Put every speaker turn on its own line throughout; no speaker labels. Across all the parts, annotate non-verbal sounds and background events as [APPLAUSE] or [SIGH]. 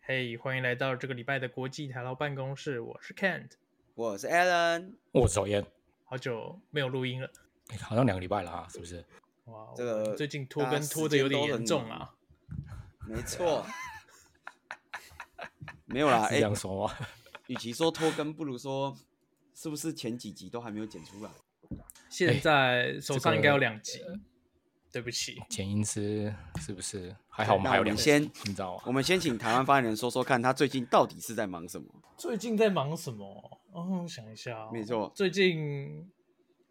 嘿欢迎来到这个礼拜的国际台劳办公室，我是 Kent，
我是 Alan，
我是小燕，
好久没有录音了，
哎好像两个礼拜了啊，是不是？
哇，
这个
我最近拖
大家
更
时
拖的有
间
点
都
严
很
重
忙
啊，
没错。 [LAUGHS] 没有啦，
啊是
哎、
这样说吗？
与其说拖更，不如说是不是前几集都还没有剪
[LAUGHS]
出来？
现在手
这
上应该有
个
两集，
呃
对不起，
前因是是不是？还好我们
那
还有
我们
两集
先
你知道
我
吗？
们先请台湾发言人说说看，他最近到底是在忙什么？
最近在忙什么？哦，想一下哦、
没错
最近，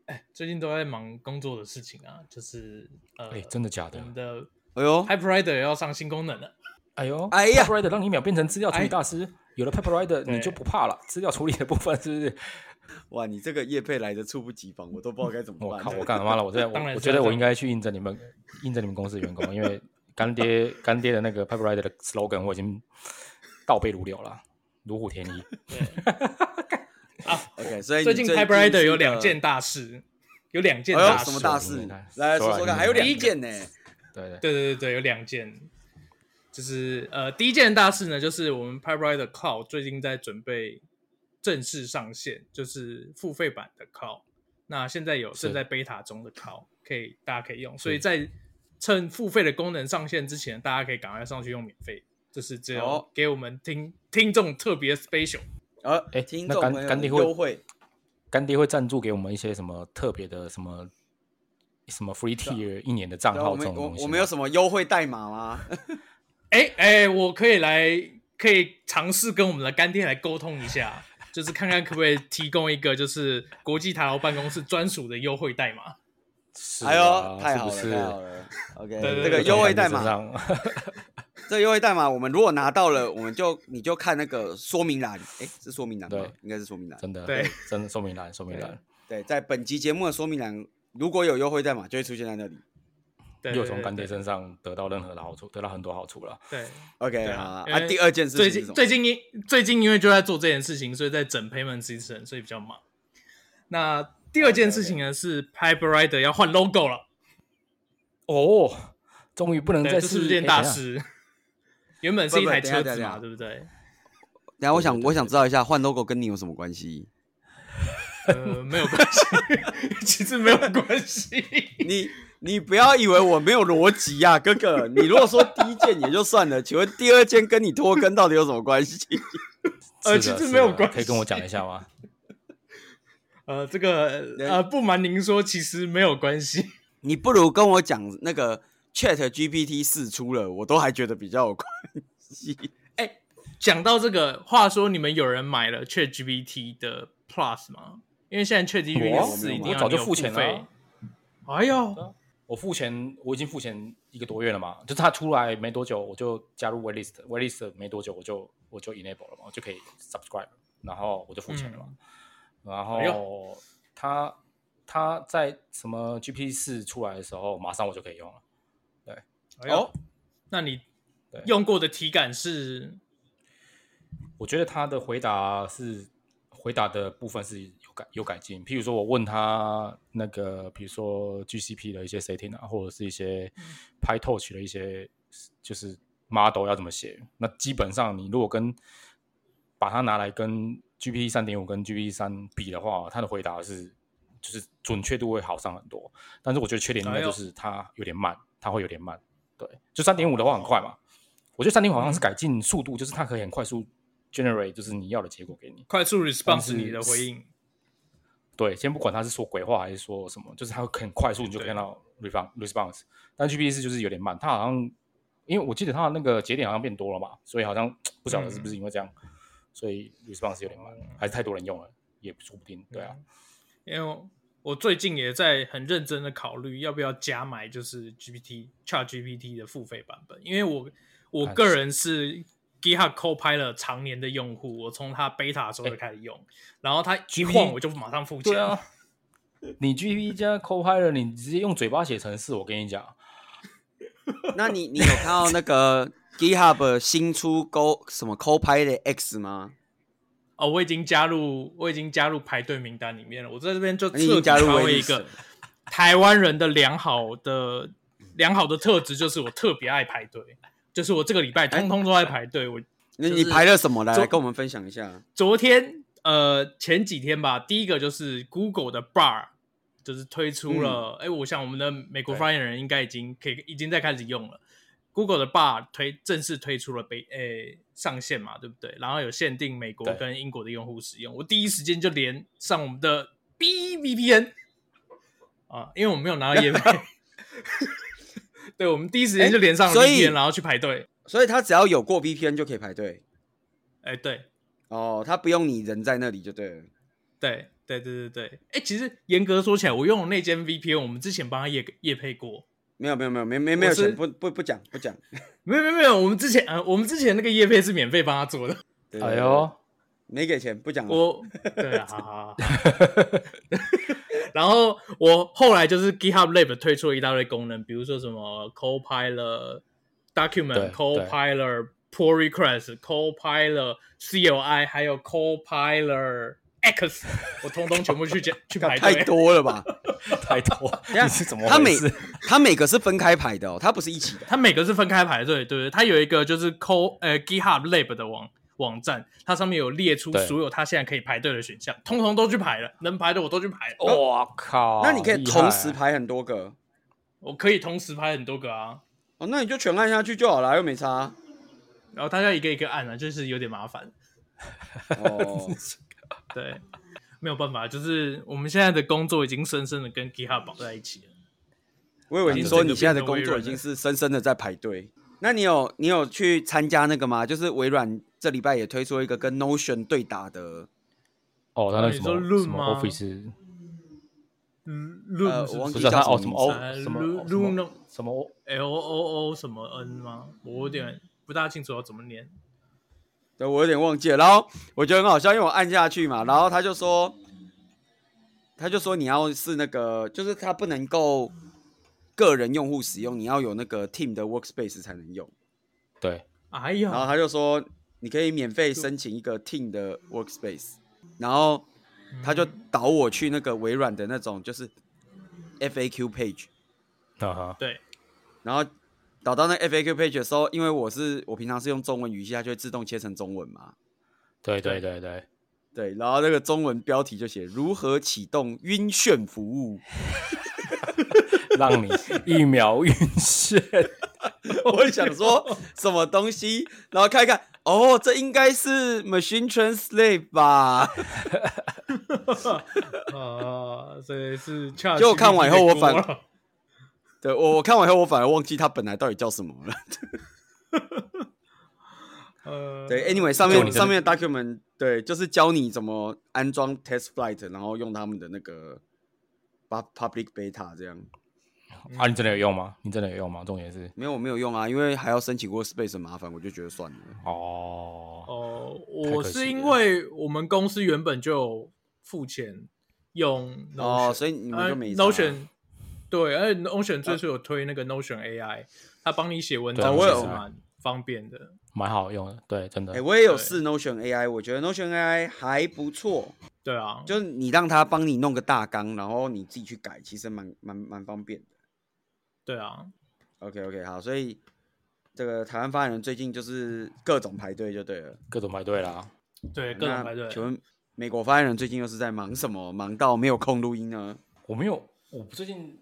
哎，最近都在忙工作的事情啊，就是呃，
哎，真的假
我
的？
们的
哎呦，
Hype Rider 要上新功能了，
哎呦，
哎呀哎
p e r Rider 让你秒变成资料处理大师，有了 Pepper Rider
对
你就不怕了。资料处理的部分是不是？
哇，你这个叶配来的猝不及防，我都不知道该怎么
我
办。
靠，我干嘛了？我在我
[LAUGHS] 当然是
我觉
要
得
这
我
样
应该去应征你们，应征你们公司的员工，因为干爹干爹的那个 Pepper Rider 的 slogan 我已经倒背如流了，如虎添翼。
对，
OK，所以你
啊最
哎
近 Hype
是一
Rider
个
有两件，大事，有两件
哎
大
呦，
事，
什么大
你
事
看？
来说说
说来听
看，还有
听
两件呢、
对对，
对对对对，有两件，就是呃，第一件大事呢，就是我们 Piperider Cloud 最近在准备正式上线，就是付费版的 Cloud。那现在有
是
正在 beta 中的 Cloud，可以大家可以用，所以在趁付费的功能上线之前，大家可以赶快上去用免费，这是只有
好
给我们听听众特别 special。
呃、
哎
听
那
众
干
朋友
干
们
爹会
优惠，
干爹会赞助给我们一些什么特别的什么什么 free tier 一年的账
然后
号
啊我
这
们
种
我
东西吗。
我们有什么优惠代码吗？
哎哎，我可以来，可以尝试跟我们的干爹来沟通一下，就是看看可不可以提供一个就是国际台劳办公室专属的优惠代码。
是
哎
啊
呦，太好了，
是不是
太好了。
对
OK，
对
这个
对
优惠代码，
上，
[LAUGHS] 这个优惠代码我们如果拿到了，我们就你就看那个说明栏，哎，是说明栏吗
对？
应该是说明栏。
真的，
对，
[LAUGHS] 真的说明栏，说明栏，
对，在本集节目的说明栏，如果有优惠代码，就会出现在那里。
对，
又
对
从
对
干爹
对
身上得到任何的好处，得到很多好处了。
对，
OK，
对
好
啊
啊，
因
啊
为
第二件事情
最
是什
近
么？
最近因最近因为就在做这件事情，所以在整 payment system，所以比较忙。那第二件事
哦
情呢是 Pipe Rider 要换 logo 了，
哦，终于不能
嗯
对，
再哎
这是
练
件大。事。原本是一
哎不
台
不等一下
车
等一
子
下
嘛，对不对？
然后我想我想知道一下，换 logo 跟你有什么关系？
呃，没有关系， [LAUGHS] 其实没有关系。
你你不要以为我没有逻辑呀、啊，哥哥。你如果说第一件也就算了，请问第二件跟你拖更到底有什么关系？ [LAUGHS]
哎
呃
呀
其
是的
实
是
没有
的
关
可以跟我
系
讲一下
[LAUGHS]
吗？
呃，这个
对
呃，不瞒您说，其实没有关系。 [LAUGHS]
你不如跟我讲那个 Chat GPT 四出了，我都还觉得比较有关系。
讲到这个，话说你们有人买了 ChatGPT 的 Plus 吗？因为现在 ChatGPT
我啊
四一定
我
要
啊早就
你有
付钱了啊
费。哎呦，
我付钱，我已经付钱一个多月了嘛，就是他出来没多久，我就加入 waitlist，waitlist 没多久我就我就 enable 了嘛，我就可以 subscribe，然后我就付钱了嘛。然
哎
后他他在什么 GP 四出来的时候，马上我就可以用了。
哎呦
哦
那你
对
用过的体感是
我觉得他的回答是回答的部分是有改有改进。譬如说，我问他那个，比如说 GCP 的一些 setting 啊，或者是一些
嗯
PyTorch 的一些就是 model 要怎么写，那基本上你如果跟把它拿来跟 GPT 三点五跟 GPT 三比的话，它的回答是就是准确度会好上很多。但是我觉得缺点应该
哎呦
就是它有点慢，它会有点慢。对，就三点五的话很快嘛。我觉得三点五好
嗯
像是改进速度，就是它可以很快速 generate 就是你要的结果给你。
快速
但
response
是
你的回应？
对，先不管它是说鬼话还是说什么，就是它很快速你就
对
看到 response response。但 GPT 四就是有点慢，它好像因为我记得它的那个节点好像变多了嘛，所以好像不晓得是不
嗯
是因为这样，所以 response 有点慢，还是太多人用了也说不定。对啊，
嗯
嗯因为我最近也在很认真的考虑要不要加买就是 GPT Chat GPT 的付费版本，因为我我
啊
个人是 GitHub Copilot 常年的用户，我从它 beta 的时候
哎
就开始用，然后它一
GPT
晃我就马上付钱。
对啊， [LAUGHS] 你 GPT 加 Copilot，你直接用嘴巴写程式，我跟你讲，
[LAUGHS] 那你你有看到那个 GitHub 新出 Go 什么 Copilot X 吗？
哦，我已经加入，我已经加入排队名单里面了。我在这边就彻
你已经
底
加入
成
威
为
尼
一
斯
个台湾人的良好的
哎
良好的特质，就是我特别爱排队，就是我这个礼拜通通都在排队。我
那
就
你
是
排了什么来
做
来跟我们分享一下？
昨天呃前几天吧，第一个就是 Google 的 Bar 就是推出了，
嗯
哎、我想我们的美国
对
发言人应该已经可以已经在开始用了。Google 的 Bar 推正式推出了北诶、上线嘛，对不对？然后有限定美国
对
跟英国的用户使用。我第一时间就连上我们的 B VPN 啊，因为我们没有拿到业配， [LAUGHS] 对，我们第一时间就连上了
哎诶所以
VPN，然后去排队。
所以他只要有过 VPN 就可以排队
哎、对，
哦，他不用你人在那里就对了。
对对对对对，哎、其实严格说起来，我用的那间 VPN，我们之前帮他夜夜配过，
没有没有没有没没没有
我是
钱，不不不讲不讲。
没有没有没有，我们之前呃，我们之前那个夜配是免费帮他做的。
对
哎，呦，
没给钱不讲了。
我 [LAUGHS] 对啊，好好好。 [LAUGHS] 然后我后来就是 GitHub Lab 推出了一大堆功能，比如说什么 Copilot
对
Document、
对
Copilot Pull Request、Copilot CLI，还有 Copilot X，我通通全部去加 [LAUGHS] 去排队
[LAUGHS] 太。多了吧？
[LAUGHS] 太多，
下
你是怎么
他
回
每
事？
他每个是分开排的哦，他不是一起的。
它每个是分开排队，对不对？它有一个就是 Co 呃 GitHub Lab 的网网站，它上面有列出
对
所有它现在可以排队的选项，通通都去排了，能排的我都去排了。
我靠！
哦那你可以
哦厉害啊
同时排很多个
我可以同时排很多个啊，
哦，那你就全按下去就好了，又没差。
然后大家一个一个按啊，就是有点麻烦。
哦，
[LAUGHS]
对，没有办法，就是我们现在的工作已经深深的跟 GitHub 绑在一起了。
我以为你说你现在的工作已经是深深的在排队。那你有你有去参加那个吗？就是微软这礼拜也推出一个跟 Notion 对打的，
哦，他那个
啊你
什
说
么
论
什么
吗
Office，
嗯
呃
，Loom 是
我忘
不是
记
不是
叫
他
什么
哦什么
名字啊
O
，Lu-
什么什么
Luno
什么哦 O
L O O O 什么 N 吗？我有点不大清楚要怎么念。
对我有点忘记了。然后我觉得很好笑，因为我按下去嘛，然后他就说，他就说你要是那个，就是他不能够个人用户使用，你要有那个 team 的 workspace 才能用。
对，
哎
然后
呀，
他就说你可以免费申请一个 team 的 workspace，然后他就导我去那个微软的那种就是 FAQ page，
啊哈，
对，
然后导到那 FAQ page 的时候，因为我是我平常是用中文语系，它就会自动切成中文嘛。
对对对对，
对，然后那个中文标题就写如何启动晕眩服务， [LAUGHS]
让你一秒晕眩。
[LAUGHS]
我想说什么东西，然后看一看，哦，这应该是 machine translate 吧？ [LAUGHS]
[LAUGHS] 啊，所以是 Chat
就我看完以后我反
GPT 了
对我我看完以后，我反而忘记它本来到底叫什么了。
呃，
对，anyway，上哎
就
面
你的
上面的 document 对，就是教你怎么安装 test flight，然后用他们的那个 pub- public beta 这样。
啊，你真的有用吗？你真的有用吗？重点是
没有，我没有用啊，因为还要申请 workspace 很麻烦，我就觉得算了。
哦，
哦、
太
我
可惜
是因
了
为我们公司原本就有付钱用 Notion，
哦，所以你们就没差、啊
呃 Notion，对，而且 Notion 最初有推那个 Notion AI，它帮你写文
对
章，
我
其
有
实蛮方便的。
蛮好用的，对，真的
哎、。我也有
对
试 Notion AI，我觉得 Notion AI 还不错，
对啊，
就是你让它帮你弄个大纲，然后你自己去改，其实蛮蛮蛮方便的。
对啊，
OK OK，好，所以这个台湾发言人最近就是各种排队就对了。
各种排队啦。
对，各
那
种排队。
请问美国发言人最近又是在忙什么？忙到没有空录音呢？
我没有，我最近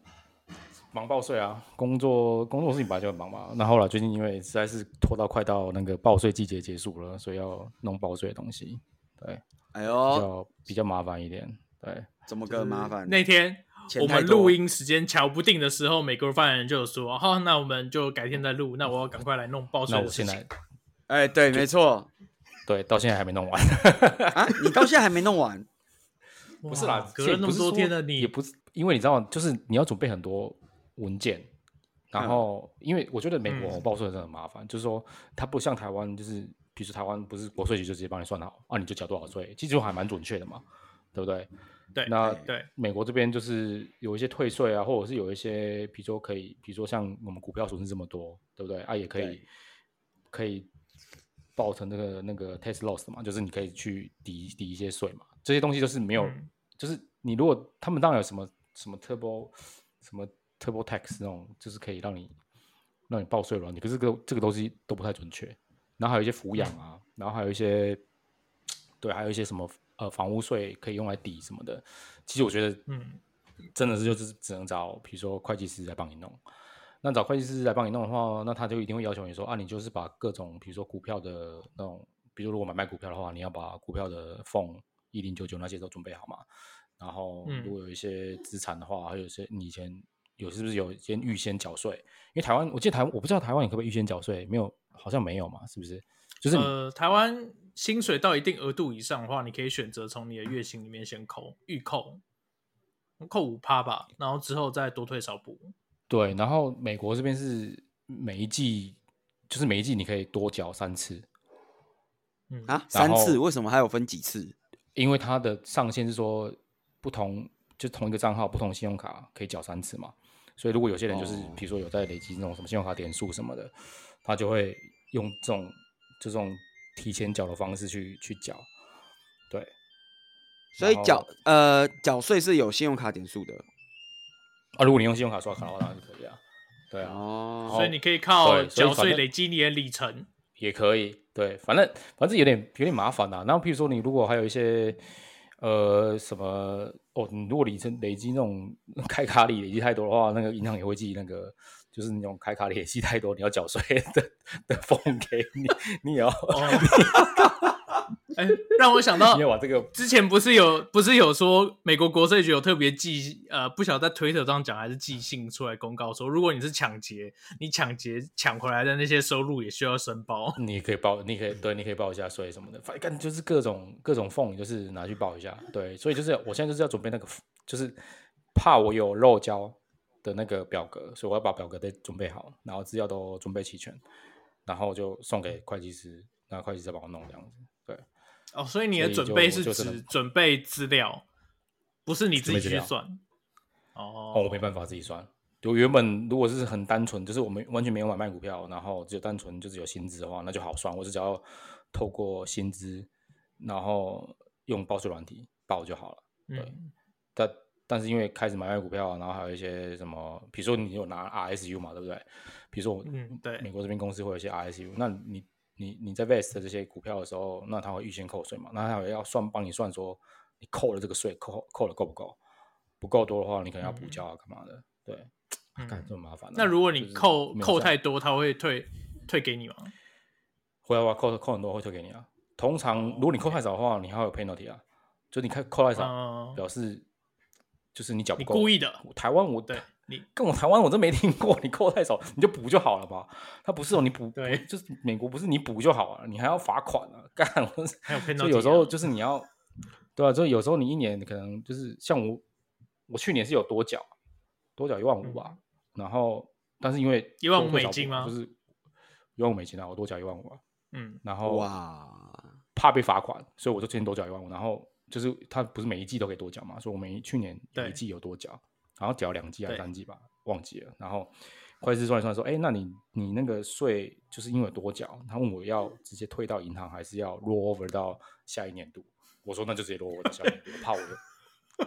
忙报税啊，工作工作事情本来就很忙嘛。那后来最近因为实在是拖到快到那个报税季节结束了，所以要弄报税的东西，对，
哎
比较、
呦，
比较麻烦一点。对，
怎么个麻烦？
那天
钱
我
太
们
多
录音时间瞧不定的时候，美国发言人就有说：“好、那我们就改天再录。”那我要赶快来弄报
那
税
我
的事
现
情
在。
哎，对，没错
对到现在还没弄完。
啊，你到现在还没弄完，
不
不是啦，
隔了那么多天了，你
也不是，因为你知道，就是你要准备很多文件，然后、因为我觉得美国
嗯
报税真的很麻烦，就是说它不像台湾，就是比如说台湾不是国税局就直接帮你算好，啊你就缴多少税，其实还蛮准确的嘛，对不对？
对
那
对
美国这边就是有一些退税啊，或者是有一些，比如说可以，比如说像我们股票损失这么多，对不对？啊，也可以
对
可以报成那个那个 tax loss 嘛，就是你可以去抵抵一些税嘛，这些东西就是没有，
嗯
就是你如果他们当然有什么什么 turbo 什么 turbo tax 那种，就是可以让你让你报税软体，可是这个这个东西都不太准确。然后还有一些抚养啊，然后还有一些，对，还有一些什么呃房屋税可以用来抵什么的。其实我觉得，
嗯，
真的是就是只能找，比如说会计师来帮你弄。那找会计师来帮你弄的话，那他就一定会要求你说啊，你就是把各种，比如说股票的那种，比如如果买卖股票的话，你要把股票的缝一零九九那些都准备好嘛。然后
嗯
如果有一些资产的话，还有一些你以前有是不是有先预先缴税？因为台湾，我记得台湾，我不知道台湾你可不可以预先缴税，没有，好像没有嘛，是不是？就是你
呃，台湾薪水到一定额度以上的话，你可以选择从你的月薪里面先扣预扣，扣五趴吧，然后之后再多退少补。
对，然后美国这边是每一季，就是每一季你可以多缴三次，
嗯
[LAUGHS]
啊，三次
后
为什么还有分几次？
因为它的上限是说不同，就同一个账号不同信用卡可以缴三次嘛。所以如果有些人就是，
哦
比如说有在累积那种什么信用卡点数什么的，他就会用这种就这种提前缴的方式去去缴。对，
所以
然后
缴呃缴税是有信用卡点数的
啊，如果你用信用卡刷卡的话，当然就可以啊。对啊，
哦，
所以你可以靠
对所以
缴
反
税
正
累积你的里程。
也可以，对，反正反正有点有点麻烦啦、啊然后譬如说你如果还有一些呃什么哦，你如果你真累积那种 [LAUGHS] 开卡里累积太多的话，那个银行也会寄那个就是那种开卡里累积太多你要缴税的 [LAUGHS] 的封给你，你也要、
哦， [LAUGHS] 哎、让我想到
你也把这个
之前不是有不是有说美国国税局有特别寄呃，不晓得在推特上讲还是寄信出来公告说，如果你是抢劫，你抢劫抢回来的那些收入也需要申报。
你也可以报，你可以对，你可以报一下税什么的，反正就是各种各种缝，就是拿去报一下。对，所以就是我现在就是要准备那个，就是怕我有漏交的那个表格，所以我要把表格再准备好，然后资料都准备齐全，然后就送给会计师，然后会计师再帮我弄这样子。对，
[LAUGHS] 哦，所以你的
所以就
准备是
就只能
指准备资料，不是你自己
准备资
去
料
算。
哦，
哦，
我没办法自己算。就原本如果是很单纯，就是我们完全没有买卖股票，然后只有单纯就只有薪资的话，那就好算。我只只要透过薪资，然后用报税软体报就好了。
嗯，
但但是因为开始买卖股票，啊然后还有一些什么，比如说你有拿 RSU 嘛，对不对？比如说我，
嗯对
美国这边公司会有一些 RSU，那你你你在 vest 这些股票的时候，那他会预先扣税嘛？那他会要算帮你算说你扣了这个税，扣扣了够不够？不够多的话，你可能要补交啊，干嘛的？对，
嗯
干这么麻烦啊、
那如果你
就是
扣
没有
扣
算
太多，他会退退呃给你吗？
会啊，会啊扣扣很多会退给你啊。通常如果你扣太少的话，你还会有 penalty 啊，就你看扣太少，
嗯
表示就是你缴不
你
够，
故意的，
我台湾我
对你
跟我台湾我真没听过， [LAUGHS] 你扣太少你就补就好了嘛。他不是哦，你补
对
补 [LAUGHS] 就是美国不是你补就好了，你还要罚款啊， [LAUGHS] 干我是
还有 penalty 啊
所以有时候就是你要对啊，所以有时候你一年可能就是像我，我去年是有多缴多缴一万五
嗯
吧，然后但是因为
15,000
多退少
美金
补
吗
就是一万五美金啊，我多缴一万五啊，
嗯
然后
哇，
怕被罚款，所以我就之前多缴一万五，然后就是他不是每一季都可以多缴嘛，所以我每一去年有
对
一季有多缴，然后缴两季还
对
是三季吧，忘记了。然后会计师算一算说，哎，那你你那个税就是因为有多缴，他问我要直接退到银行，还是要 roll over 到下一年度？我说那就直接 roll over 到下
[LAUGHS]
一年度，我怕我我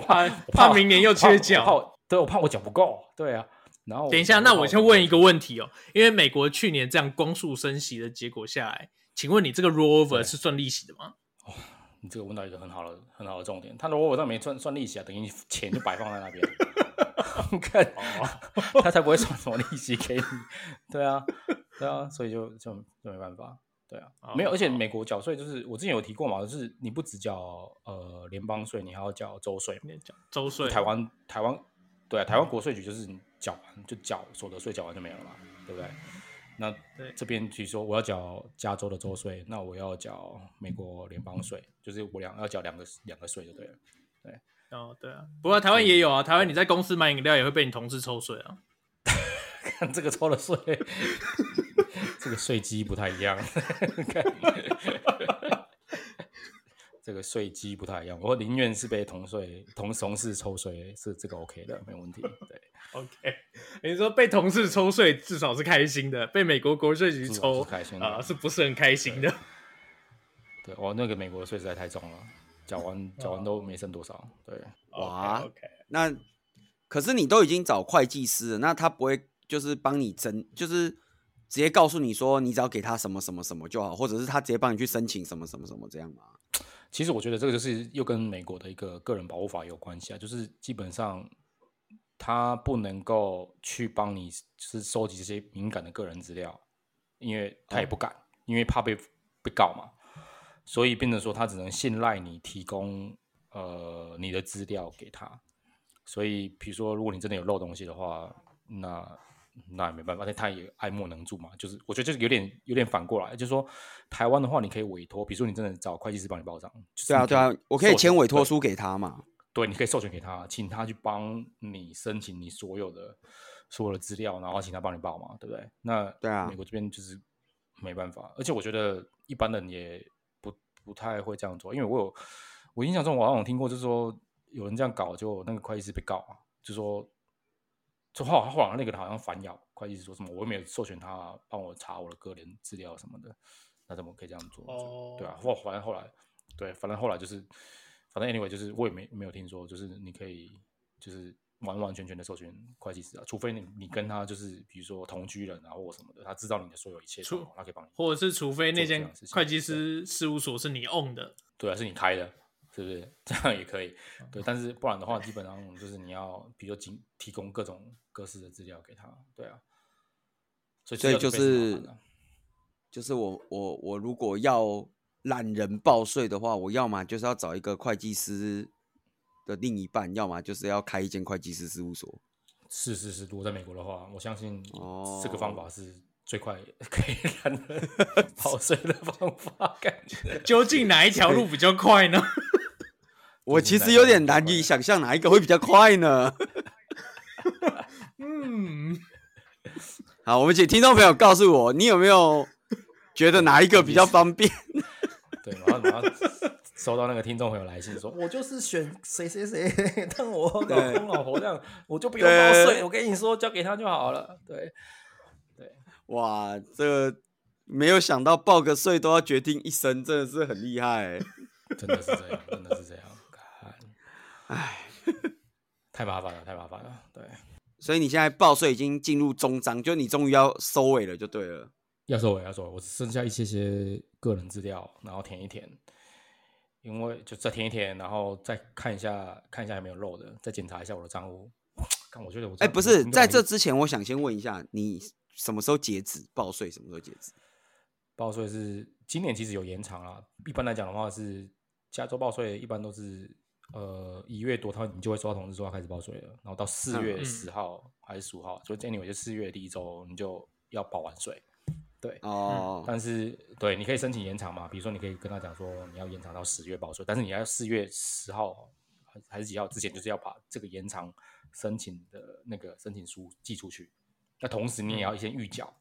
怕我
怕
我
明年又
我
缺
怕我
缴
怕我对我怕我缴不够，对啊。然后
等一下，
我
那
怕
我
缴
先
不
问
够
一个问题哦，因为美国去年这样光速升息的结果下来，请问你这个 rollover
对
是算利息的吗？
你这个问到一个很好的、很好的重点。他如果我上没算算利息啊，等于你钱就摆放在那边， [LAUGHS] 看、
哦
他才不会算什么利息给你。对啊，对啊，所以就就就没办法。对啊，没有，而且美国缴税就是我之前有提过嘛，就是你不只缴呃联邦税，你还要缴州税嘛。
[LAUGHS] 你讲周税，
台湾台湾对啊，台湾国税局就是你缴完就缴所得税，缴完就没有了嘛，对不对？那
对
这边比如说我要缴加州的州税，那我要缴美国联邦税，就是我两要缴两个两个税就对了。 [LAUGHS]
哦，对啊，不过台湾也有啊，台湾你在公司买饮料也会被你同事抽税啊。
看这个抽的税， [LAUGHS] 这个税基不太一样。 [LAUGHS] 看这个税基不太一样，我宁愿是被同税同同事抽税，是这个 OK 的，没问题。对，
OK，你说被同事抽税至少是开心的，被美国国税局
至少
抽
是开心的
啊、是不是很开心的？
对，我那个美国的税实在太重了，缴完缴完都没剩多少。对，
哇
o k
那可是你都已经找会计师了，那他不会就是帮你整，就是直接告诉你说，你只要给他什么什么什么就好，或者是他直接帮你去申请什么什么什么这样吗？
其实我觉得这个就是又跟美国的一个个人保护法有关系啊，就是基本上他不能够去帮你就是收集这些敏感的个人资料，因为他
哦
也不敢，因为怕被被告嘛，所以变成说他只能信赖你提供呃你的资料给他。所以比如说，如果你真的有漏东西的话，那那也没办法，那他也爱莫能助嘛。就是我觉得就是有点有点反过来，就是说台湾的话，你可以委托，比如说你真的找会计师帮你报账，就是
对啊，
你
对啊，我可以
授权
签委托书给他嘛？
对，你可以授权给他，请他去帮你申请你所有的所有的资料，然后请他帮你报嘛，对不对？那
对啊
美国这边就是没办法，而且我觉得一般人也不不太会这样做，因为我有我印象中我好像有听过，就是说有人这样搞，就那个会计师被告啊，就说就后后来那个人好像反咬会计师说什么，我又没有授权他帮我查我的个人资料什么的，那怎么可以这样做？就对啊，或反正后来，对，反正后来就是，反正 anyway 就是我也没没有听说，就是你可以就是完完全全的授权会计师啊，除非你你跟他就是比如说同居人啊或什么的，他知道你的所有一切
除
状况，他可以帮你。
或者是除非那
做这
间
样的事情
会计师事务所是你 own 的，
对啊，是你开的，是不是？ [LAUGHS] 这样也可以。对，但是不然的话，基本上就是你要，比如说提提供各种各式的资料给他，对啊。所以
所以
资料
就
非常麻
是
烦的
就是我我我如果要懒人报税的话，我要么就是要找一个会计师的另一半，要么就是要开一间会计师事务所。
是是是，如果在美国的话，我相信
哦
这个方法是最快 [LAUGHS] 可以让人跑税的方法，感觉。
究竟哪一条路比较快呢？
我
是
其
哪
实
一
有
个
点
比较
难
快
以想象哪一个会比较快呢？
嗯，
好，我们请听众朋友告诉我，你有没有觉得哪一个比较方便？ [LAUGHS]
对，然后然后收到那个听众朋友来信说，我就是选谁谁谁，但我老公老婆这样，我就不用报税，我跟你说交给他就好了。对，
哇，这个没有想到报个税都要决定一生，真的是很厉害欸、
真的是这样，真的是这样，哎，太麻烦了，太麻烦了，对，
所以你现在报税已经进入终章，就你终于要收尾了，就对了。
要收尾，要收尾，我只剩下一些些个人资料，然后填一填，因为就再填一填，然后再看一下看一下有没有漏的，再检查一下我的账户。看，我觉得我
哎、
真的
不是，
啊我
在这之前，我想先问一下，你什么时候截止报税？什么时候截止？
报税是今年其实有延长啦，一般来讲的话是加州报税，一般都是呃一月多，他你就会收到通知说要开始报税了，然后到四月
嗯
十号还是十五号，所以 anyway 就四月第一周你就要报完税。对，
哦，
但是对，你可以申请延长嘛，比如说你可以跟他讲说你要延长到十月报税，但是你要四月十号还还是几号之前，就是要把这个延长申请的那个申请书寄出去。那同时你
嗯
也要先预缴，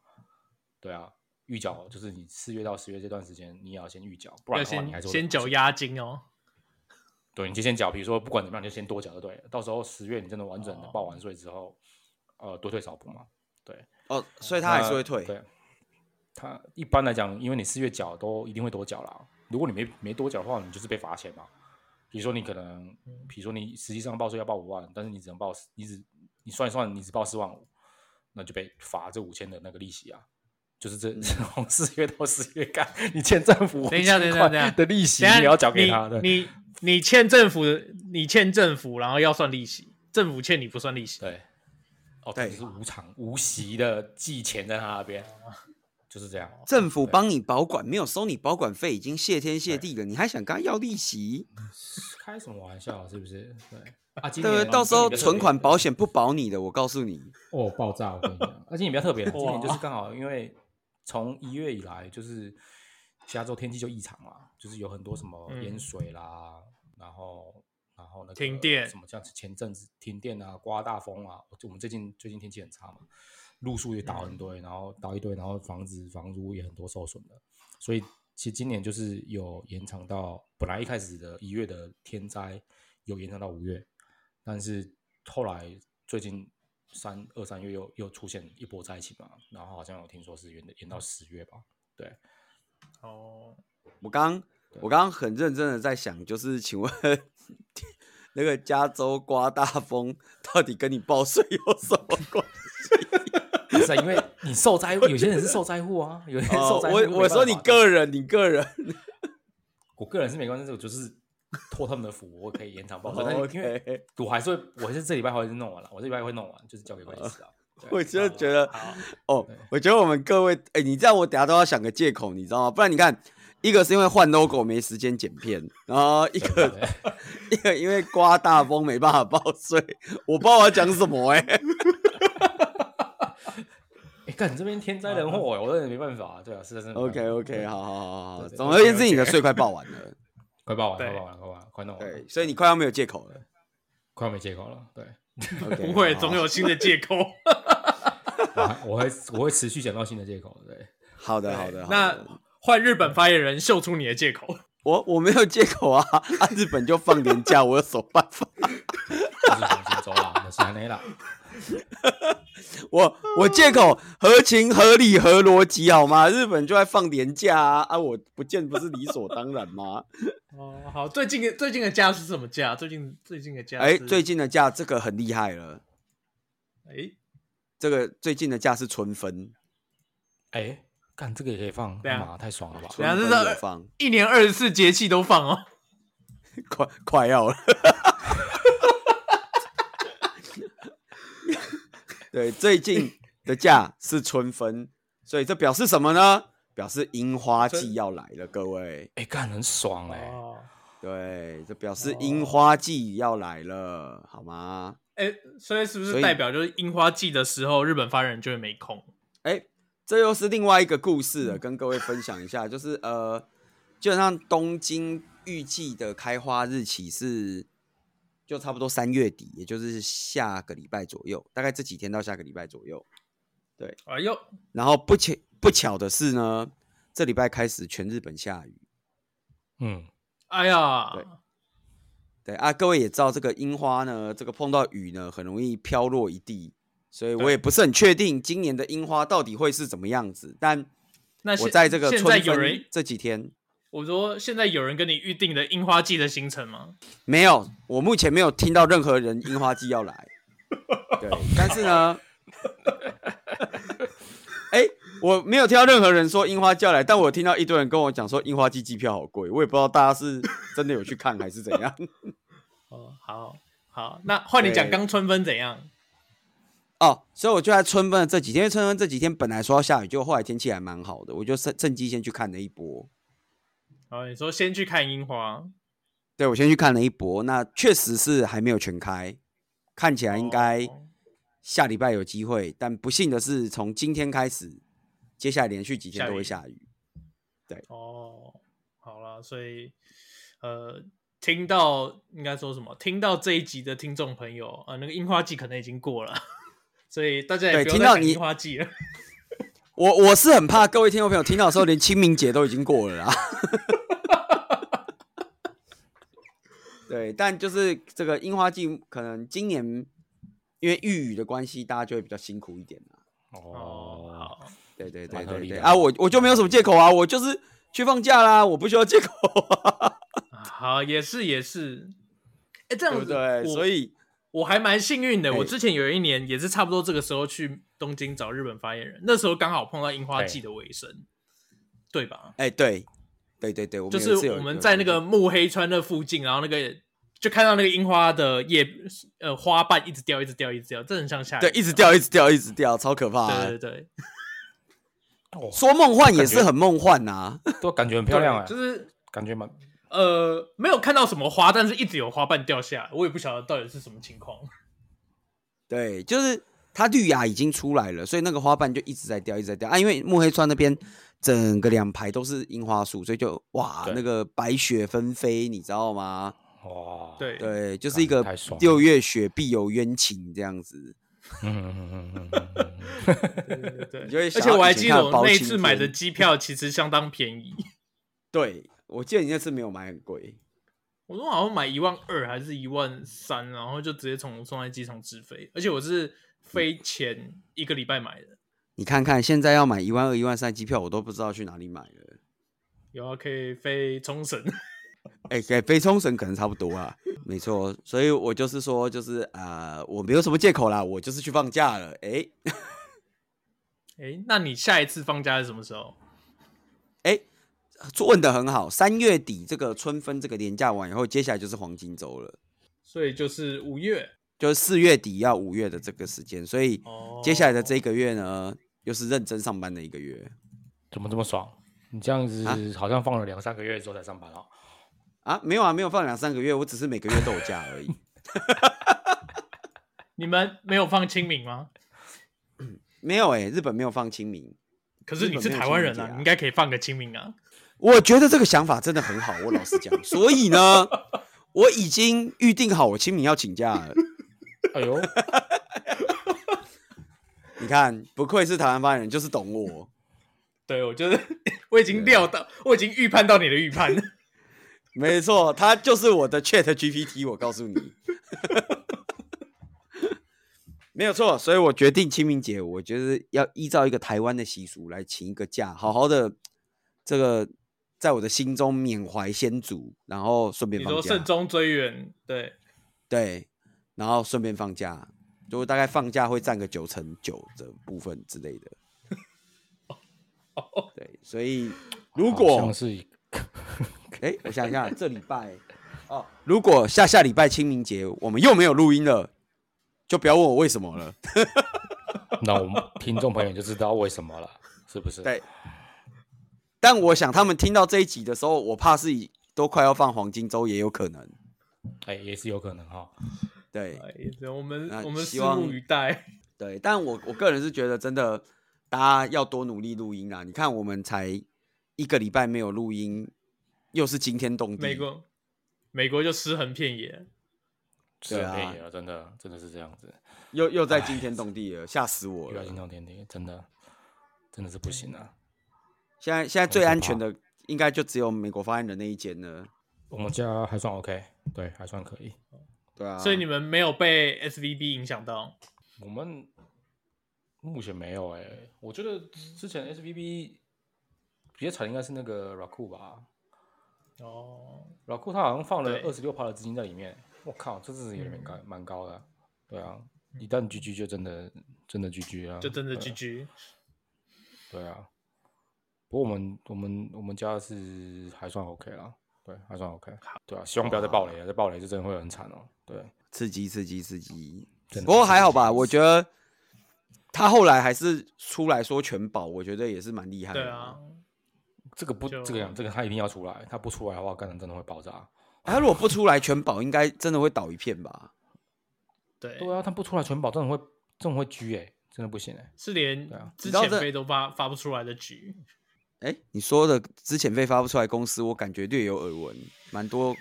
对啊，预缴就是你四月到十月这段时间，你也要先预缴， [LAUGHS] 不
嗯要
然的话你
先
还是会
先
被
缴
罚钱
押金哦。
对，你就先缴，比如说不管怎么样，你就先多缴就对了。到时候十月你真的完
哦
整的报完税之后，呃，多退少补嘛，对。
哦，所以他还是会退。
对，他一般来讲，因为你四月缴都一定会多缴啦。如果你没没多缴的话，你就是被罚钱嘛。比如说你可能，
嗯
比如说你实际上报税要报五万，但是你只能报四，你只你算一算，你只报四万五，那就被罚这五千的那个利息啊。就是
嗯
这从四月到十月干，你欠政府
等一下等一下
5000块
等一下
的利息，
等下
你要缴给他的。
你你你欠政府，你欠政府，然后要算利息，政府欠你不算利息。
对，哦，
对
就是无偿无息的寄钱在他那边，就是这样。
政府帮你保管，没有收你保管费，已经谢天谢地了，你还想跟他要利息？
开什么玩笑？是不是？对啊，今
对不对？
年
到时候
今年比较特别
存款保险不保你的，我告诉你。
哦爆炸！我跟你 [LAUGHS] 讲，而且也比较特别，今年
哇
就是刚好因为从一月以来，就是加州天气就异常啦，就是有很多什么
嗯
淹水啦，然后然后那个
停电
什么像前阵子停电啊，刮大风啊，就我们最近最近天气很差嘛，路数也倒很多，欸然后倒一堆，然后房子房租也很多受损的，所以其实今年就是有延长到本来一开始的一月的天灾有延长到五月，但是后来最近三二三月又又出现一波灾情嘛，然后好像有听说是延延到十月吧， [LAUGHS] 对，
哦，
我刚我刚刚很认真的在想，就是请问 [LAUGHS] 那个加州刮大风到底跟你报税有什么关系？
思啊，因为你受灾户，有些人是受灾户啊，有些人 [LAUGHS] 受
哦
灾户没办
我
法。
我说你个人，你个人，
我个人是没关系，我就是托他们的福，我可以
[LAUGHS]
延长报销。
哦
但是因为
OK，
我还是会，我还是这礼拜还是弄完了，我这礼拜会弄完，就是交给会计师啊。对
哦我真的觉得
好
哦
对，
我觉得我们各位，哎，你这样我等下都要想个借口，你知道吗？不然你看，一个是因为换 logo 没时间剪片，然后一
对
个
对对
一个因为刮大风没办法报税，我不知道我要讲什么哎、
哎，干你这边天灾人祸，我真的没办法啊，对啊，是的是的没办法。
OK OK，好好好好好，
对对
总而言之，你的税快报完
[LAUGHS]
了，
快报完，快
对
报完，快报完，快弄完
对，，所以你快要没有借
[LAUGHS]
口了。
快要没借口了。对，
OK，
不会，
啊 [LAUGHS] 好
总有新的借口。
我还我会我会持续想到新的借口。对，
好的好的。好的
那换日本发言人秀出你的借口。
我我没有借口啊，啊，日本就放年假，我有什么办法？
就是重新走啦，那是内啦。
我我借口合情合理合逻辑好吗？日本就在放年假啊，啊，我不见不是理所当然
[LAUGHS]
吗？
哦，好，最近的最近的假是什么假？最近最近的假
哎、
啊是
最近的假这个很厉害了，
哎，
这个最近的假是春分，
哎，干这个也可以放，
对啊
妈太爽了吧？
对啊
春分
这是
有放， [LAUGHS]
一年二十四节气都放哦。
快快要了。 [LAUGHS] 对，最近的假是春分，所以这表示什么呢？表示樱花季要来了，各位。
哎，干很爽哎。
哦，
对，这表示樱花季要来了，好吗？
哎，所以是不
所
是
以
代表就是樱花季的时候，日本发言人就会没空？
哎，这又是另外一个故事了，跟各位分享一下，就是呃，基本上东京预计的开花日期是就差不多三月底，也就是下个礼拜左右，大概这几天到下个礼拜左右。
哎呦，
然后不巧不巧的是呢，这礼拜开始全日本下雨。
嗯，
哎呀，
对对啊，各位也知道这个樱花呢，这个碰到雨呢，很容易飘落一地，所以我
对
也不是很确定今年的樱花到底会是怎么样子。但
那
我
现
在这个
现在
春
有人
分这几天
我说现在有人跟你预定的樱花季的行程吗？
没有，我目前没有听到任何人樱花季要来。对，但是呢， [LAUGHS] 哎、我没有听到任何人说樱花季要来，但我听到一堆人跟我讲说樱花季机票好贵，我也不知道大家是真的有去看还是怎样。
哦，好好，那换你讲
对
刚春分怎样？
哦，所以我就在春分的这几天，因为春分这几天本来说要下雨，结果后来天气还蛮好的，我就趁趁机先去看了一波。
哦，你说先去看樱花，
对，我先去看了一波，那确实是还没有全开，看起来应该
哦
下礼拜有机会，但不幸的是，从今天开始，接下来连续几天
下
都会
雨
下雨。
哦，好啦，所以呃，听到应该说什么？听到这一集的听众朋友啊、呃那个樱花季可能已经过了，所以大家也
对
不用
听
再
到
赶
你
樱花季了。
我我是很怕各位听众朋友听到的时候，连清明节都已经过了啦。 [LAUGHS] 对，但就是这个樱花季，可能今年因为遇雨的关系，大家就会比较辛苦一点啦。
哦，
哦，
好，
对对对
蛮合
对
理
对
的
啊，我我就没有什么借口啊，我就是去放假啦，我不需要借口、啊，
好，也是也是。哎，这样
对不
子，
对？
我
所以
我还蛮幸运的。
哎
我之前有一年也是差不多这个时候去东京找日本发言人，那时候刚好碰到樱花季的尾声，对吧？
哎、对对对对，我们
就
有一次
是
有
我
有
们在那个木黑川那附近，然后那个就看到那个樱花的叶呃花瓣一直掉，一直掉，一直掉，这很像下雨。
对一直掉，一直掉，一直掉，超可怕、
对
啊
对。对，
哦
说梦幻也是很梦幻啊呐、
都感觉很漂
啊
亮哎，
对就是
感觉蛮
呃没有看到什么花，但是一直有花瓣掉下来，我也不晓得到底是什么情
[LAUGHS]
况。
[LAUGHS] 对，就是它绿芽已经出来了，所以那个花瓣就一直在掉，一直在掉啊。因为木黑川那边整个两排都是樱花树，所以就哇，
对
那个白雪纷飞，你知道吗？
哇，
对
对，就是
干
一个
哎太爽了
六月雪必有冤情这样子。
嗯，嗯嗯嗯嗯嗯嗯嗯
对对对
你就会
而
想
且
到
我还
以前
记
看
得
的
我
包
那一
青
次买的
天
机票其实相当便宜， [LAUGHS]
对，我记得你那次没有买很贵。
我说好像买一万二还是一万三，然后就直接从松山机场直飞，而且我是飞前一个礼拜买的。
你看看，现在要买一万二、一万三机票，我都不知道去哪里买了。
有啊，可以飞冲绳。
哎、给飞冲绳可能差不多啊，没错。所以我就是说，就是啊、呃我没有什么借口啦，我就是去放假了。哎、
哎，那你下一次放假是什么时候？
哎，问的很好。三月底这个春分这个年假完以后，接下来就是黄金周了，
所以就是五月
就是四月底要五月的这个时间，所以
哦。
接下来的这个月呢，又是认真上班的一个月
[LAUGHS] 怎么这么爽？你这样子
啊
好像放了两三个月之后才上班哦。
啊。没有啊，没有放两三个月，我只是每个月都有假而已。
你们没有放清明吗？
没有哎、日本没有放清明。
可是你是
日本没有
台湾人
清
啊，
明节啊
你应该可以放个清明啊。
我觉得这个想法真的很好，我老实讲。所以呢，我已经预定好我清明要请假了。
哎呦，
你看，不愧是台湾发言人，就是懂我。
对，我觉得 [LAUGHS] 我已经料到，
啊
我已经预判到你的预判。
没错，他就是我的 Chat GPT，我告诉你， [LAUGHS] 没有错。所以我决定清明节，我觉得要依照一个台湾的习俗来请一个假，好好的这个在我的心中缅怀先祖，然后顺便
你
放
说
假
慎。终追远，对，
对，然后顺便放假，就大概放假会占个九成九的部分之类
[LAUGHS]
的。对，所以如
好
果
像是一个
哎、我想一下，这礼 [LAUGHS] 拜哦，如果下下礼拜清明节我们又没有录音了，就不要问我为什么了。
那我们听众朋友就知道为什么了，是不是？
对，但我想他们听到这一集的时候，我怕是已都快要放黄金周，也有可能。
哎，也是有可能哈。
对
哎对我们
那
我们
希
拭
望
目以待。
对，但我我个人是觉得真的，大家要多努力录音啦。你看我们才一个礼拜没有录音，又是惊天动地。
美国，美国就尸横遍野。
是
对啊
哎呀真的真的是这样子，
又又在惊天动地了，吓死我
又
了
要。心动天地，真的真的是不行啊。
现在现在最安全的应该就只有美国发言人那一间了。
我们家还算 OK，对，还算可以。
对啊，
所以你们没有被 SVB 影响到，
我们目前没有哎、我觉得之前 S V B 比较惨应该是那个 Raku 吧
哦，
，Raku 他好像放了
对嗯
二十六趴的资金在里面，我靠，这真是有点高，蛮高的。对啊，一旦 GG 就真的真的 GG 啊，
就真的
对啊
GG。
对啊，不过我们我们我们家是还算 OK 啦，对，还算 OK。对啊，希望不要再爆雷了，再爆雷就真的会很惨哦。对，
刺激刺激刺激。
真的
不过还好吧，我觉得他后来还是出来说全保，我觉得也是蛮厉害的。
对啊，
这个不
就
这个样，这个他一定要出来，他不出来的话，干人真的会爆炸。
哎他如果不出来全保，应该真的会倒一片吧？
对，
对啊，他不出来全保，真的会真的会狙哎、真的不行哎、
[LAUGHS] 是连
对啊
之
你知道
前
这
辈都发发不出来的局。
哎、你说的之前被发不出来公司，我感觉略有耳闻，蛮多，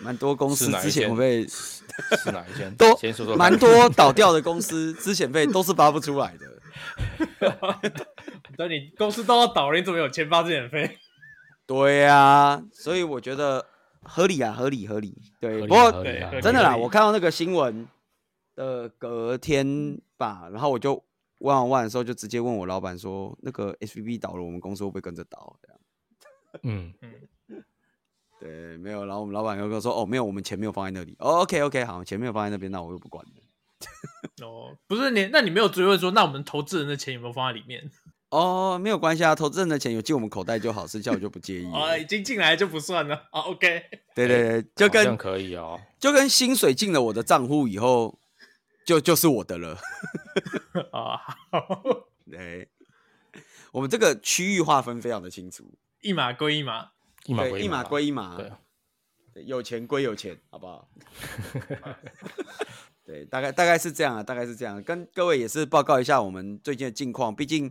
蛮多公
是
司
哪一
之前
间
被
是哪一间？
都
先说说看，
蛮多倒掉的公司，之前被都是发不出来的。
等你公司都要倒了，你怎么有钱发这点费？
对啊，所以我觉得合理啊，合理合理。对，
合
不
理啊。
过
合理啊
对
真的啦，
合理
我看到那个新闻的隔天吧，然后我就问完问的时候，就直接问我老板说，那个 s v b 倒了，我们公司会不会跟着倒？这样
嗯，
对，没有。然后我们老板又跟我说，哦，没有，我们钱没有放在那里。哦，OK OK，好，钱没有放在那边，那我又不管了。
哦，不是你，那你没有追问说，那我们投资人的钱有没有放在里面？
哦，没有关系啊，投资人的钱有进我们口袋就好，剩下我就不介意
嗯 [LAUGHS]
了。
哎
啊，已经进来就不算了。啊，OK，
对对对，就
好像
跟
可以哦。
就跟薪水进了我的账户以后，就就是我的了。
[LAUGHS]
[LAUGHS]
啊，好，
对，我们这个区域划分非常的清楚，
一码归一码。
一码
对，
归
一码
码吧，
归一码，
对啊，
对有钱归有钱，好不
[LAUGHS]
好？ [LAUGHS] 对，大概大概是这样啊，大概是这样。跟各位也是报告一下我们最近的近况，毕竟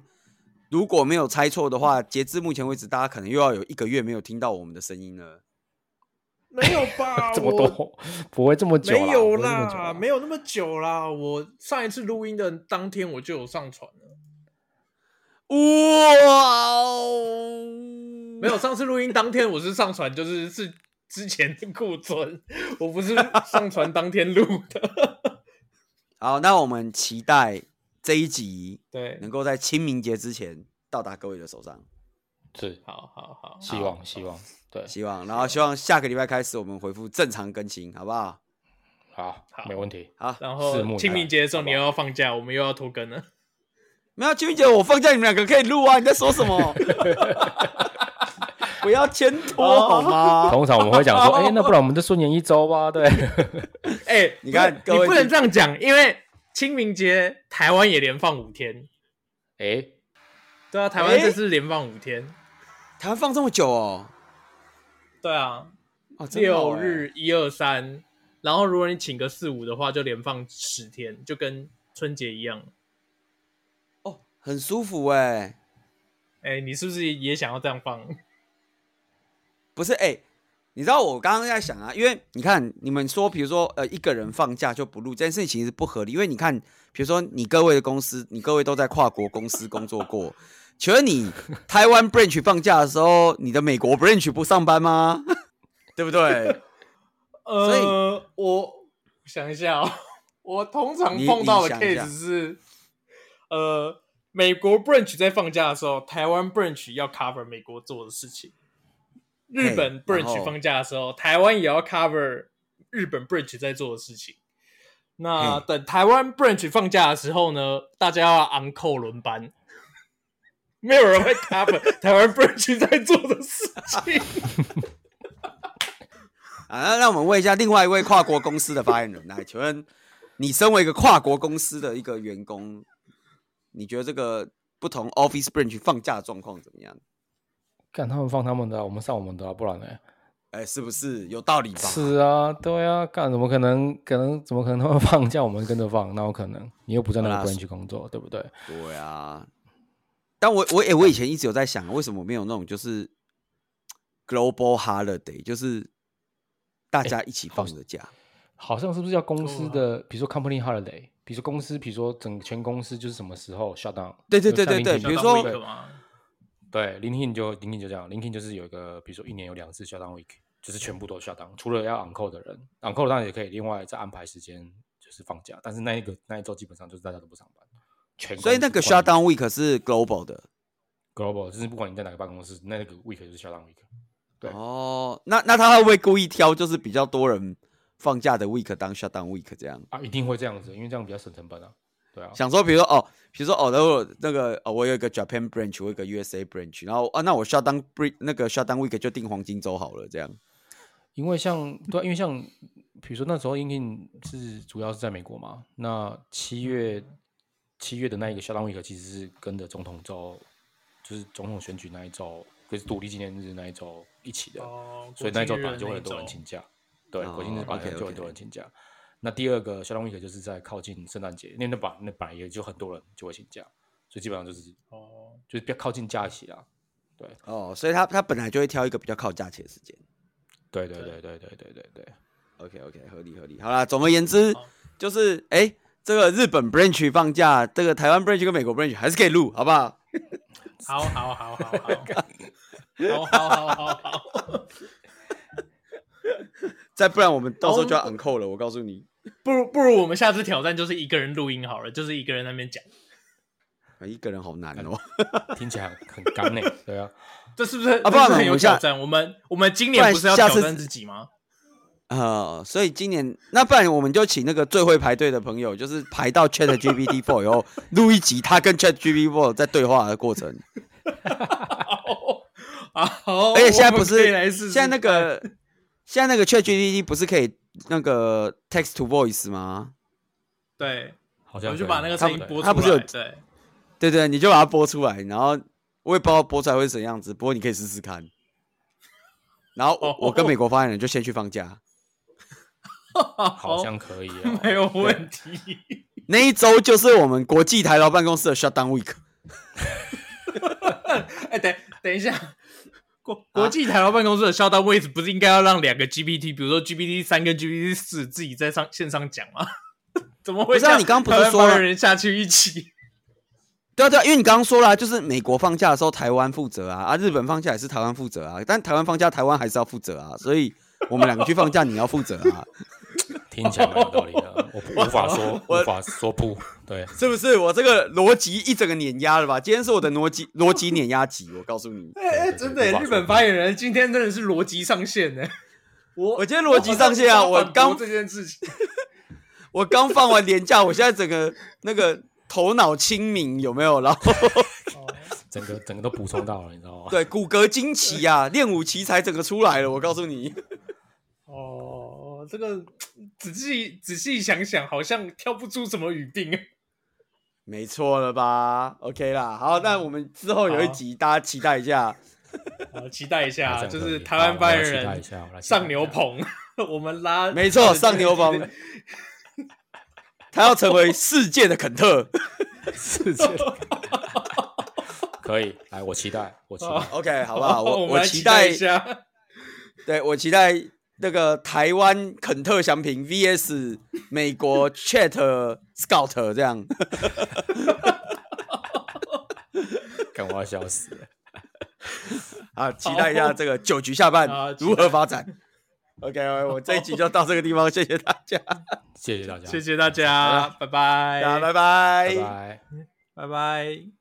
如果没有猜错的话，截至目前为止，大家可能又要有一个月没有听到我们的声音了。
没有吧
[LAUGHS] 这么多不会这么久啦
没有
不会这么久
啦，没有那么久啦。我上一次录音的当天我就有上传了，
哇哦！
没有上次录音当天我是上传，就是是之前的库存，我不是上传当天录的。 [LAUGHS]
好，那我们期待这一集
对
能，够在清明节之前到达各位的手上，
是
好好好，
希望希望对，
希望。然后希望下个礼拜开始我们恢复正常更新，好不好？
好
好
没问题。
好，
然
拭目
后
以待
清明节的时候
好
你
不好
又要放假，我们又要拖更了。
没有，清明节我放假，你们两个可以录啊！你在说什么？不要牵拖好吗？
通常我们会讲说，哎、那不然我们就顺延一周吧， [LAUGHS] 对，
哎、 [LAUGHS]
你看
不是
各位
你不能
听
这样讲，因为清明节台湾也连放五天，
哎、
对啊，台湾
哎
这次连放五天，
台湾放这么久哦，
对啊，
哦，真的好
六
哎
日一二三，然后如果你请个四五的话，就连放十天，就跟春节一样。
哦，很舒服哎。
哎、你是不是也想要这样放？
不是哎、你知道我刚刚在想啊，因为你看你们说，比如说呃一个人放假就不录这件事情其实不合理，因为你看，比如说你各位的公司，你各位都在跨国公司工作过，请问你台湾 branch 放假的时候，你的美国 branch 不上班吗？ [LAUGHS] 对不对？所以
呃，我想一下、哦， [LAUGHS] 我通常
你
碰到的
你想一下
case 是，呃，美国 branch 在放假的时候，台湾 branch 要 cover 美国做的事情；日
嘿
本
然
branch
后
放假的时候，台湾也要 cover 日本 branch 在做的事情。那
嘿
等台湾 branch 放假的时候呢，大家要昂扣轮班， [LAUGHS] 没有人会
[LAUGHS]
cover 台湾 branch 在做的事情。
啊，那让我们问一下另外一位跨国公司的发言人，来，请问你身为一个跨国公司的一个员工，你觉得这个不同 office branch 放假的状况怎么样？
看他们放他们的啊、我们上我们的啊、不然呢、
哎、是不是有道理吧？
是啊，对啊，干怎么可能？可能怎么可能他们放假我们跟着放？那有可能？你又不在那
好
个
啦
branch 工作，对不对？
对啊，但我我诶、我以前一直有在想，为什么没有那种就是 global holiday，就是大家一起放的假？
好像是不是叫公
对
司
啊
的，比如说 company holiday，比如说公司，比如说整全公司就是什么时候 shut down？
对对对
就
对
像
对
LinkedIn
比如
shut
说
down
对
week，对 LinkedIn 就 LinkedIn 就这样，LinkedIn 就是有一个，比如说一年有两次 shut down week，就是全部都 shut down，除了要 on call 的人，on call 当然也可以另外再安排时间就是放假，但是那一个那一周基本上就是大家都不上班，全
所以
公司
那个
不管
shut
你
down week 是 global 的
global 就是不管你在哪个办公室，那个 week 就是 shut down week。对
哦。那那他会不会故意挑就是比较多人放假的 week 当 shut down week 这样？
啊，一定会这样子，因为这样比较省成本啊。对啊，
想说，比如说哦，比如说哦，那我那个哦，我有一个 Japan branch，我有一个 USA branch，然后啊，那我 shut down bre- 那个 shut down week 就定黄金周好了，这样。
因为像对啊、因为像比如说那时候 i n k i n 是主要是在美国嘛，那七月
嗯
七月的那一个 shutdown week 其实是跟着总统周，就是总统选举那一周，就是独立纪念日那一周一起的，
哦，
所以那一周本来就会很多人请假。对，
哦
国庆日本来就
OK，OK
有很多人请假。那第二个 shutdown week 就是在靠近圣诞节，那那本那本来也就很多人就会请假，所以基本上就是
哦，
就是比较靠近假期啦。
哦，所以他他本来就会挑一个比较靠假期的时间。
对对对对对对对对。
OK OK，合理合理。好啦，总而言之
好，
就是哎、诶这个日本 branch 放假，这个台湾 branch 跟美国 branch 还是可以录，好不好？
好好好好好，好好好好好，
再不然我们到时候
哦
就要 uncle 了，我告诉你，
不如不如我们下次挑战就是一个人录音好了，就是一个人在那边讲，
一个人好难哦、
听起来很很干呢、对啊，
这是不是
啊不然
这是很
我
有
们下
挑战？我们我们今
不
年
然
不是要
下
挑
次
战自己吗？
呃，所以今年那不然我们就请那个最会排队的朋友，就是排到 Chat GPT Four 以后，录一集他跟 Chat GPT Four 在对话的过程。
啊，好，
而且现
我
在
们
哎不
可
是
以来试试
现在那个现在那个 Chat GPT 不是可以那个 text to voice 吗？
对，我
好像
们就把那个
他
声音
们
播出来，
他不是有
对，
对对，你就把它播出来，然后我也不知道播出来会是怎样子，不过你可以试试看。然后我,、
哦，
我跟美国发言人就先去放假，
好像可以、
[LAUGHS]
哦
没有问题，
那一周就是我们国际台劳办公室的 shutdown week。
[LAUGHS] 哎，等等一下。国
啊
国际台湾办公室的销单位置不是应该要让两个 GPT，比如说 GPT 三跟 GPT 四自己在上线上讲吗？ [LAUGHS] 怎么会
不是
像
啊
台湾发言人？
你刚不是说了
人下去一起？
对啊对啊，因为你刚刚说啦、就是美国放假的时候台湾负责啊，啊日本放假也是台湾负责啊，但台湾放假台湾还是要负责啊，所以我们两个去放假你要负责啊，
听起来蛮有道理的，
[LAUGHS]
我不无法说
我
无法说不，对，
[LAUGHS] 是不是？我这个逻辑一整个碾压了吧？今天是我的逻辑逻辑碾压集，我告诉你，
[LAUGHS] 哎、哎，
对
真的
对
耶，
无法
日
说
本发言人今天真的是逻辑上线呢。我
我今天逻辑上线啊
好像
我刚
无法反驳这件事情，
我刚放完年假，我现在整个那个头脑清明有没有？然后
哦
整个整个都补充到了，你知道
[LAUGHS]
吗？
对骨骼惊奇 [LAUGHS] 啊，练武奇才整个出来了，我告诉你，
哦，这个仔细仔细想想，好像挑不出什么语病。啊
没错了吧？OK 啦，好，那我们之后有一
好
集大家期待一下，
好，期待一
啊
下，
这
就
样可
是
以
台
好
湾
我
班
来期待一
人
下我来期待
上
一
牛
下
棚，我们拉
[LAUGHS]
[LAUGHS]
没错上牛棚， [LAUGHS] 他要成为世界的肯特。
世界可以来，我期待，我期
哦
待。
[LAUGHS] OK，好不好？
[LAUGHS]
我
我们来
期
期
待
一下，
对我期待那个台湾肯特祥平 VS 美国 Chat Scout
[LAUGHS]
这样。
干我要笑死了。
啊，期待一下这个九局下半
好期待
如何发展。OK，我这一集就到这个地方，谢谢大家，
谢谢大家，
哎谢谢大家，拜拜，
大家拜
拜拜。
拜拜。